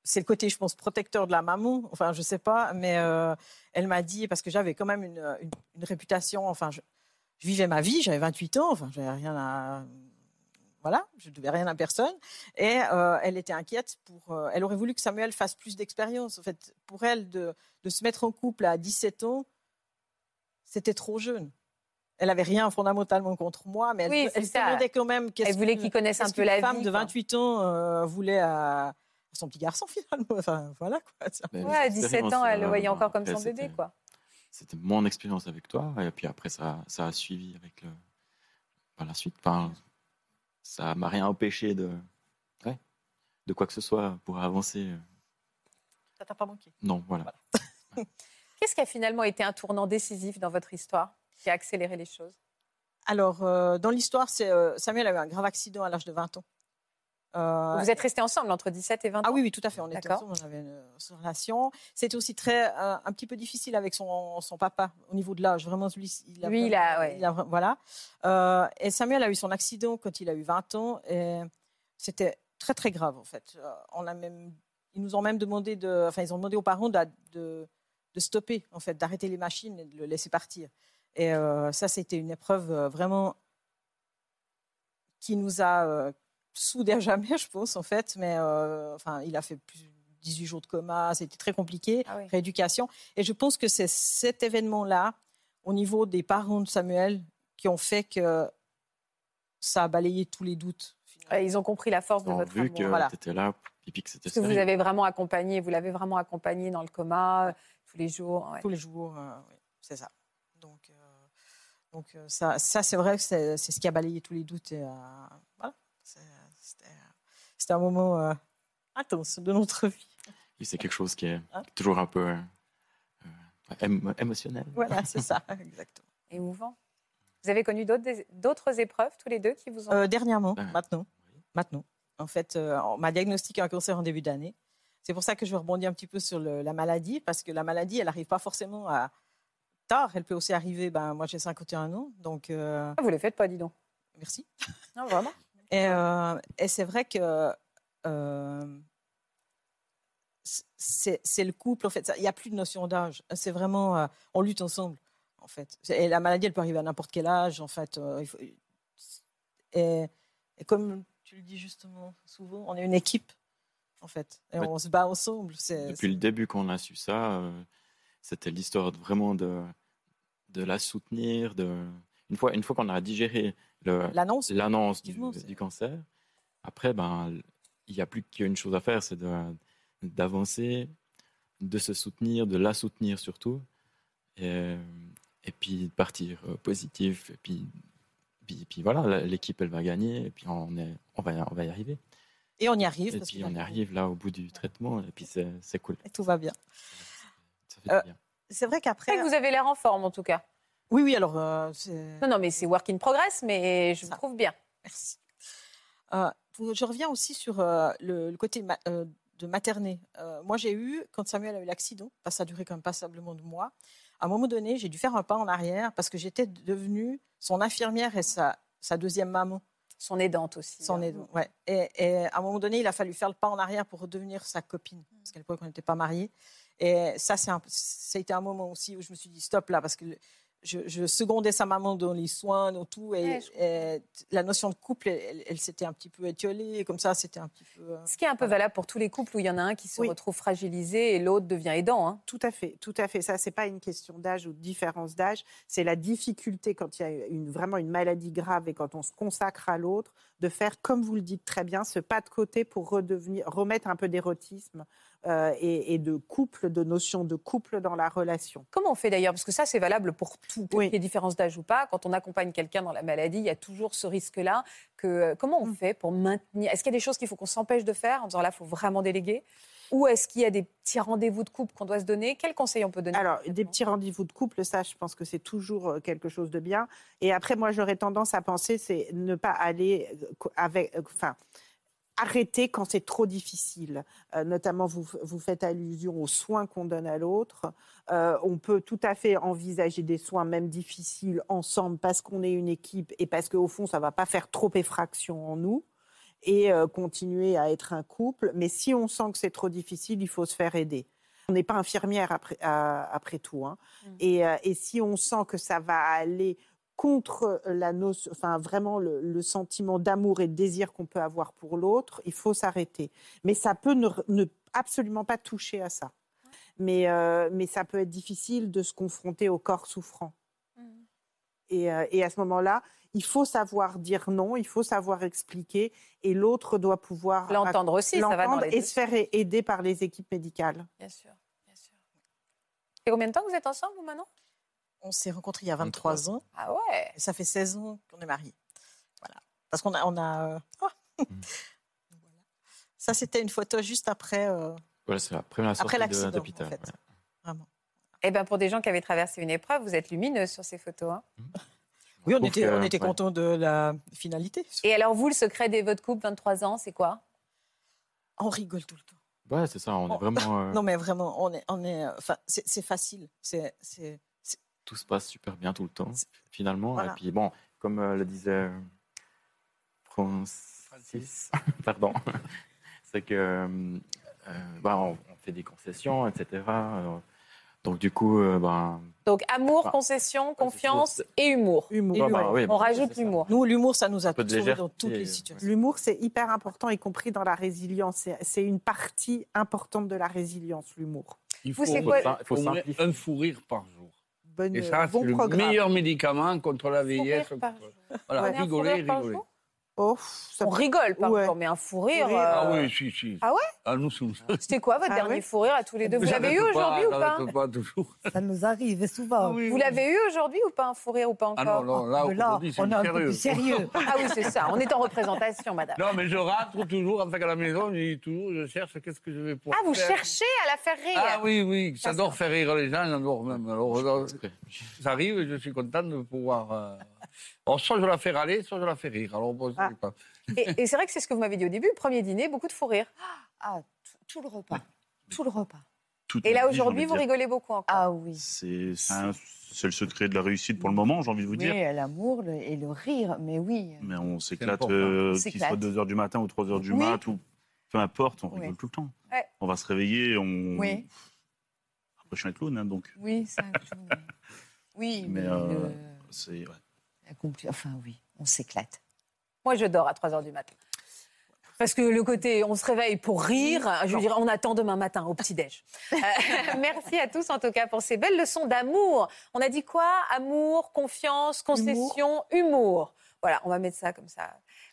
S8: c'est le côté, je pense, protecteur de la maman. Enfin, je sais pas. Mais euh, elle m'a dit, parce que j'avais quand même une, une- une réputation. Enfin, je, je vivais ma vie, j'avais 28 ans. Enfin, j'avais rien à. Voilà, je ne devais rien à personne. Et euh, elle était inquiète. Pour, euh, elle aurait voulu que Samuel fasse plus d'expérience. En fait, pour elle, de, de se mettre en couple à 17 ans, c'était trop jeune. Elle n'avait rien fondamentalement contre moi, mais elle,
S3: Oui, c'est
S8: elle se
S3: ça.
S8: demandait quand même qu'est-ce
S3: Elle voulait
S8: que-
S3: qu'il connaisse un
S8: qu'est-ce
S3: peu
S8: qu'une
S3: la
S8: femme
S3: vie.
S8: de
S3: quoi.
S8: 28 ans euh, voulait à à son petit garçon finalement. Enfin, voilà quoi.
S7: Mais
S3: Ouais, à
S7: les
S3: 17 ans,
S7: expériences,
S3: elle le
S7: euh,
S3: voyait
S7: bah,
S3: encore comme
S7: après,
S3: son bébé,
S7: c'était-
S3: quoi.
S7: C'était mon expérience avec toi, et puis après, ça, ça a suivi avec le... par la suite. Enfin, ça m'a rien empêché de... ouais, de quoi que ce soit pour avancer. euh,
S8: Ça t'a pas manqué.
S7: Non, voilà.
S3: Qu'est-ce qui a finalement été un tournant décisif dans votre histoire qui a accéléré les choses
S8: Alors, euh, dans l'histoire, c'est euh, Samuel a eu un grave accident à l'âge de 20 ans. Euh,
S3: Vous êtes restés ensemble entre 17 et 20 ans
S8: Ah oui, oui, tout à fait. On était
S3: D'accord.
S8: ensemble, on avait une euh, relation. C'était aussi très euh, un petit peu difficile avec son, son papa au niveau de l'âge. Vraiment, lui, il a.
S3: Lui, il
S8: vraiment-
S3: a- ouais.
S8: il vra- voilà. Euh, et Samuel a eu son accident quand il a eu 20 ans. Et c'était très très grave en fait. Euh, on a même, ils nous ont même demandé de, enfin, ils ont demandé aux parents d'a- de, de stopper en fait, d'arrêter les machines et de le laisser partir. Et euh, ça, c'était une épreuve euh, vraiment qui nous a euh, soudés à jamais, je pense, en fait. Mais euh, enfin, il a fait plus de 18 jours de coma, c'était très compliqué,
S3: Ah oui.
S8: rééducation. Et je pense que c'est cet événement-là, au niveau des parents de Samuel, qui ont fait que ça a balayé tous les doutes. finalement.
S3: Ouais, Ils ont compris la force de
S7: Ils ont
S3: votre
S7: vu
S3: amour.
S7: que
S8: voilà.
S7: tu étais là, et puis que c'était
S3: Parce que vous
S7: sérieux.
S3: avez vraiment accompagné, vous l'avez vraiment accompagné dans le coma, euh, tous les jours. ouais.
S8: tous les jours. euh, oui, c'est ça. Donc, euh, donc euh, ça, ça c'est vrai que c'est c'est ce qui a balayé tous les doutes. et, euh, voilà. C'est- C'était c'était un moment euh, intense de notre vie.
S7: Et c'est quelque chose qui est
S8: Hein
S7: toujours un peu euh, euh, émo- émotionnel.
S8: Voilà, c'est ça, exactement.
S3: Émouvant. Vous avez connu d'autres dés- d'autres épreuves, tous les deux, qui vous ont...
S8: Euh, dernièrement,
S7: Ah.
S8: maintenant, maintenant. En fait, euh, on m'a diagnostiqué un cancer en début d'année. C'est pour ça que je rebondis un petit peu sur le- la maladie, parce que la maladie, elle n'arrive pas forcément à tard. Elle peut aussi arriver, ben, moi j'ai 51 ans, donc euh,
S3: Ah, vous ne les faites pas, dis donc.
S8: merci.
S3: Non, vraiment.
S8: Et, euh, et c'est vrai que euh, c- c'est c'est le couple, en fait. Ça- Il n'y a plus de notion d'âge. C'est vraiment, euh, on lutte ensemble, en fait. C'est- Et la maladie, elle peut arriver à n'importe quel âge, en fait. euh, il faut- et, et comme tu le dis justement souvent, on est une équipe, en fait. Et
S7: Ouais.
S8: on se bat ensemble. c'est-
S3: Euh,
S7: Depuis le début qu'on a su ça, euh, c'était l'histoire de- vraiment de, de la soutenir. De... Une fois, une fois qu'on a digéré le-
S8: c'est- L'annonce,
S7: l'annonce du,
S8: effectivement, c'est-
S7: du cancer, après, ben, il n'y a plus qu'une chose à faire, c'est de- d'avancer, de se soutenir, de la soutenir surtout, et, et puis de partir euh, positif, et puis puis, puis voilà, la- l'équipe, elle va gagner, et puis on, est, on, va, on va y arriver.
S8: Et on y arrive.
S7: Et
S8: parce
S7: puis
S8: que-
S7: on y arrive là au bout du traitement, et puis c'est c'est cool.
S8: Et tout va bien.
S7: Ça fait du
S8: Euh,
S7: bien.
S8: C'est vrai
S3: C'est
S8: qu'après.
S3: vrai que vous avez l'air en forme, en tout cas.
S8: Oui, oui, alors. euh, c'est-
S3: Non, non, mais c'est work in progress, mais je vous
S8: Ça.
S3: trouve bien.
S8: Merci. Euh, pour- je reviens aussi sur euh, le, le côté ma- euh, de materner. Euh, moi, j'ai eu, quand Samuel a eu l'accident, parce que ça a duré quand même passablement de mois, à un moment donné, j'ai dû faire un pas en arrière parce que j'étais devenue son infirmière et sa, sa deuxième maman.
S3: Son aidante aussi.
S8: Son
S3: hein.
S8: aide- ouais. et, et à un moment donné, il a fallu faire le pas en arrière pour redevenir sa copine,
S3: Mm.
S8: parce qu'à l'époque, on n'était pas mariés. Et ça, c'est un- ça a été un moment aussi où je me suis dit, stop là, parce que le- je, je secondais sa maman dans les soins, dans tout. Et,
S3: Ouais, je comprends.
S8: et la notion de couple, elle, elle- elle s'était un petit peu étiolée, comme ça, c'était un petit peu. euh,
S3: Ce qui est un peu valable pour tous les couples où il y en a un qui se
S5: Oui.
S3: retrouve fragilisé et l'autre devient aidant. hein.
S5: Tout à fait, tout à fait. Ça, c'est pas une question d'âge ou de différence d'âge. C'est la difficulté quand il y a une, vraiment une maladie grave et quand on se consacre à l'autre, de faire, comme vous le dites très bien, ce pas de côté pour redevenir, remettre un peu d'érotisme euh, et, et de couple, de notion de couple dans la relation.
S3: Comment on fait d'ailleurs Parce que ça, c'est valable pour tout, pour
S5: Oui.
S3: qu'il y ait différence d'âge ou pas. Quand on accompagne quelqu'un dans la maladie, il y a toujours ce risque-là. Que euh, Comment on
S5: Mm.
S3: fait pour maintenir Est-ce qu'il y a des choses qu'il faut qu'on s'empêche de faire en disant là, il faut vraiment déléguer Ou est-ce qu'il y a des petits rendez-vous de couple qu'on doit se donner Quels conseils on peut donner Mm.
S5: Alors, des
S3: concrètement
S5: petits rendez-vous de couple, ça, je pense que c'est toujours euh, quelque chose de bien. Et après, moi, j'aurais tendance à penser, c'est ne pas aller euh, co- avec. euh, Enfin. Arrêter quand c'est trop difficile. Euh, notamment, vous, f- vous faites allusion aux soins qu'on donne à l'autre. Euh, on peut tout à fait envisager des soins, même difficiles, ensemble, parce qu'on est une équipe et parce qu'au fond, ça ne va pas faire trop effraction en nous et euh, continuer à être un couple. Mais si on sent que c'est trop difficile, il faut se faire aider. On n'est pas infirmière après, à- après tout. hein.
S3: Mm.
S5: Et, euh, et si on sent que ça va aller contre euh, la notion, enfin vraiment le, le sentiment d'amour et de désir qu'on peut avoir pour l'autre, il faut s'arrêter. Mais ça peut ne, ne absolument pas toucher à ça. Mais, euh, mais ça peut être difficile de se confronter au corps souffrant. Et, euh, et à ce moment-là, il faut savoir dire non, il faut savoir expliquer, et l'autre doit pouvoir
S3: L'entendre aussi, ça va dans
S5: Ah, l'entendre
S3: les
S5: et
S3: deux.
S5: se faire a- aider par les équipes médicales.
S3: Bien sûr, bien sûr. Et combien de temps que vous êtes ensemble, vous, maintenant
S8: On s'est rencontrés il y a 23 ans,
S3: Ah ouais
S8: et ça fait 16 ans qu'on est mariés. Voilà. Parce qu'on a. On a euh, ah.
S7: Mm.
S8: Ça, c'était une photo juste après. euh,
S7: Voilà, c'est la première
S8: Après
S7: sortie de-
S8: l'accident,
S7: d'hôpital.
S8: en fait.
S7: ouais.
S8: vraiment.
S3: Eh bien, pour des gens qui avaient traversé une épreuve, vous êtes lumineuse sur ces photos. hein.
S8: Oui, on
S7: trouve
S8: était,
S7: que-
S8: on était
S7: ouais.
S8: contents de la finalité.
S3: Et alors, vous, le secret de votre couple, 23 ans, c'est quoi
S8: On rigole tout le temps.
S7: Ouais, c'est ça, on
S8: Oh.
S7: est vraiment. euh,
S8: Non, mais vraiment, on est, on est, euh, enfin, c'est c'est facile. C'est, c'est-
S7: tout se passe super bien tout le temps,
S8: C'est-
S7: finalement.
S8: voilà.
S7: Et puis bon, comme euh, le disait euh, Francis, pardon, c'est que euh, euh, bah, on, on fait des concessions, etc. Euh, donc du coup, euh, ben,
S3: Donc, amour,
S7: Enfin,
S3: concession,
S7: c'est
S3: confiance
S7: juste-
S3: et humour.
S5: Humour.
S8: Et
S7: bah,
S8: l'humour.
S7: bah, oui,
S3: On
S7: bah,
S3: rajoute
S7: c'est ça.
S3: l'humour.
S8: nous, l'humour, ça nous a
S7: Un peu de
S8: sauvés dans
S7: légèreté, euh,
S8: toutes les
S7: ouais.
S8: situations.
S5: L'humour, c'est hyper important, y compris dans la résilience. C'est- C'est une partie importante de la résilience, l'humour.
S4: Il
S3: Vous,
S4: faut,
S3: c'est
S4: au
S7: Faut
S3: quoi
S4: moins
S7: sim- faut
S4: au moins
S7: simplifier.
S4: un fou rire par jour.
S5: Bonne-
S4: Et ça,
S5: bon
S4: c'est le
S5: programme.
S4: meilleur médicament contre la
S3: Sourire
S4: vieillesse.
S3: par
S4: contre-
S3: jour.
S4: Voilà,
S3: Prenez un fou
S4: rigoler,
S3: rire par
S4: rigoler.
S3: jour.
S5: Oh, pff, ça
S3: On rigole par
S5: Ouais.
S3: jour, mais un fou rire.
S5: rire.
S4: Ah
S3: euh,
S4: oui, si, si.
S3: Ah ouais
S4: Ah, nous, c'est-
S3: C'était quoi votre
S5: Ah
S3: dernier
S5: ouais
S3: fou rire à tous les deux Vous l'avez eu
S4: j'arrête
S3: aujourd'hui ou pas Oh,
S4: j'arrête pas toujours.
S3: Eh,
S4: Ah
S2: Ça nous arrive souvent.
S4: Oui,
S3: Vous
S4: oui.
S3: l'avez eu aujourd'hui ou pas un fou rire ou pas
S4: Ah non,
S3: encore
S4: non, là,
S2: Mais là,
S4: aujourd'hui, c'est
S2: on est un peu
S4: sérieux.
S2: plus sérieux.
S3: Ah oui, c'est ça. On est en représentation, madame.
S4: Non, mais je rentre toujours, en fait, à la maison, je dis toujours, je cherche qu'est-ce que je vais pouvoir
S3: Ah, vous
S4: faire.
S3: cherchez à la faire rire
S4: Ah oui, oui, j'adore faire rire les gens, j'adore même. Alors, alors,
S7: Exprès.
S4: ça arrive et je suis content de pouvoir... euh, Alors, soit je la fais râler, soit je la fais rire. Alors, bon, je
S5: Ah.
S4: sais pas.
S3: Et, et c'est vrai que c'est ce que vous m'avez dit au début. Premier dîner, beaucoup de fou rire.
S9: Ah, tout, tout le repas. Tout le repas.
S10: Tout
S3: Et
S10: est
S3: là,
S10: dit, j'ai
S3: aujourd'hui,
S10: envie de
S3: vous
S10: dire.
S3: rigolez beaucoup encore.
S9: Ah oui.
S10: C'est c'est un- c'est le secret de la réussite pour le moment, j'ai envie de vous
S9: Oui,
S10: dire.
S9: l'amour le- et le rire, mais oui.
S10: Mais on s'éclate,
S4: important.
S10: euh,
S9: On
S10: qu'il
S9: s'éclate.
S10: soit 2h du matin ou 3h du
S9: Oui.
S10: mat, ou peu importe, on
S9: Ouais.
S10: rigole tout le temps.
S3: Ouais.
S10: On va se réveiller, on.
S9: Oui.
S10: Après, je suis un clown, hein, donc.
S9: Oui, ça. je- Oui,
S10: Mais,
S9: mais,
S10: euh,
S9: le-
S10: c'est- ouais.
S9: la compli- enfin oui, on s'éclate.
S3: Moi, je dors à 3 heures du matin. Parce que le côté, on se réveille pour rire, je veux dire, on attend demain matin au petit-déj. Euh, merci à tous, en tout cas, pour ces belles leçons d'amour. On a dit quoi Amour, confiance, concession, humour. Voilà, on va mettre ça comme ça.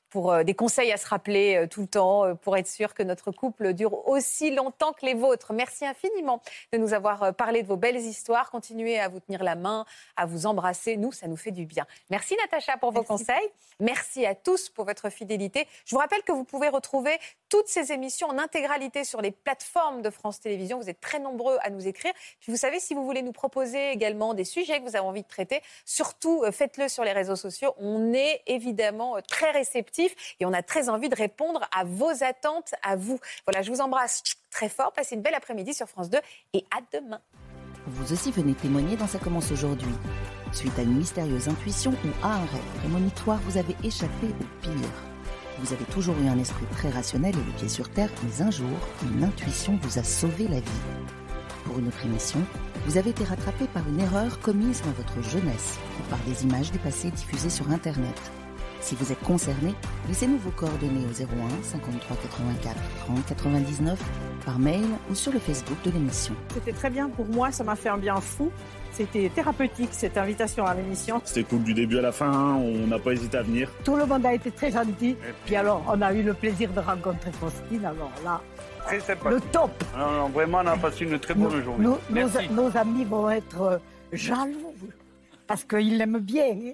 S3: pour euh, des conseils à se rappeler euh, tout le temps, euh, pour être sûr que notre couple dure aussi longtemps que les vôtres. Merci infiniment de nous avoir euh, parlé de vos belles histoires. Continuez à vous tenir la main, à vous embrasser. Nous, ça nous fait du bien. Merci Natacha pour vos conseils. Merci à tous pour votre fidélité. Je vous rappelle que vous pouvez retrouver toutes ces émissions en intégralité sur les plateformes de France Télévisions. Vous êtes très nombreux à nous écrire. Puis vous savez, si vous voulez nous proposer également des sujets que vous avez envie de traiter, surtout euh, faites-le sur les réseaux sociaux. On est évidemment euh, très réceptifs et on a très envie de répondre à vos attentes, à vous. Voilà, je vous embrasse très fort. Passez une belle après-midi sur France 2 et à demain.
S6: Vous aussi venez témoigner dans Ça commence aujourd'hui. Suite à une mystérieuse intuition ou à un rêve prémonitoire, vous avez échappé au pire. Vous avez toujours eu un esprit très rationnel et les pieds sur terre, mais un jour, une intuition vous a sauvé la vie. Pour une autre émission, vous avez été rattrapé par une erreur commise dans votre jeunesse ou par des images dépassées diffusées sur Internet. Si vous êtes concerné, laissez-nous vos coordonnées au 01 53 84 30 99 par mail ou sur le Facebook de l'émission.
S8: C'était très bien pour moi, ça m'a fait un bien fou. C'était thérapeutique cette invitation à l'émission.
S10: C'était cool du début à la fin, hein, on n'a pas hésité à venir.
S2: Tout le monde a été très gentil. Puis alors, on a eu le plaisir de rencontrer Faustine. Alors là,
S4: Très sympa.
S2: le top.
S4: Non, non, vraiment, on a passé une très
S2: Nos-
S4: bonne journée.
S2: nos- nos,
S4: Merci.
S2: nos amis vont être euh, jaloux parce qu'ils l'aiment bien. hein.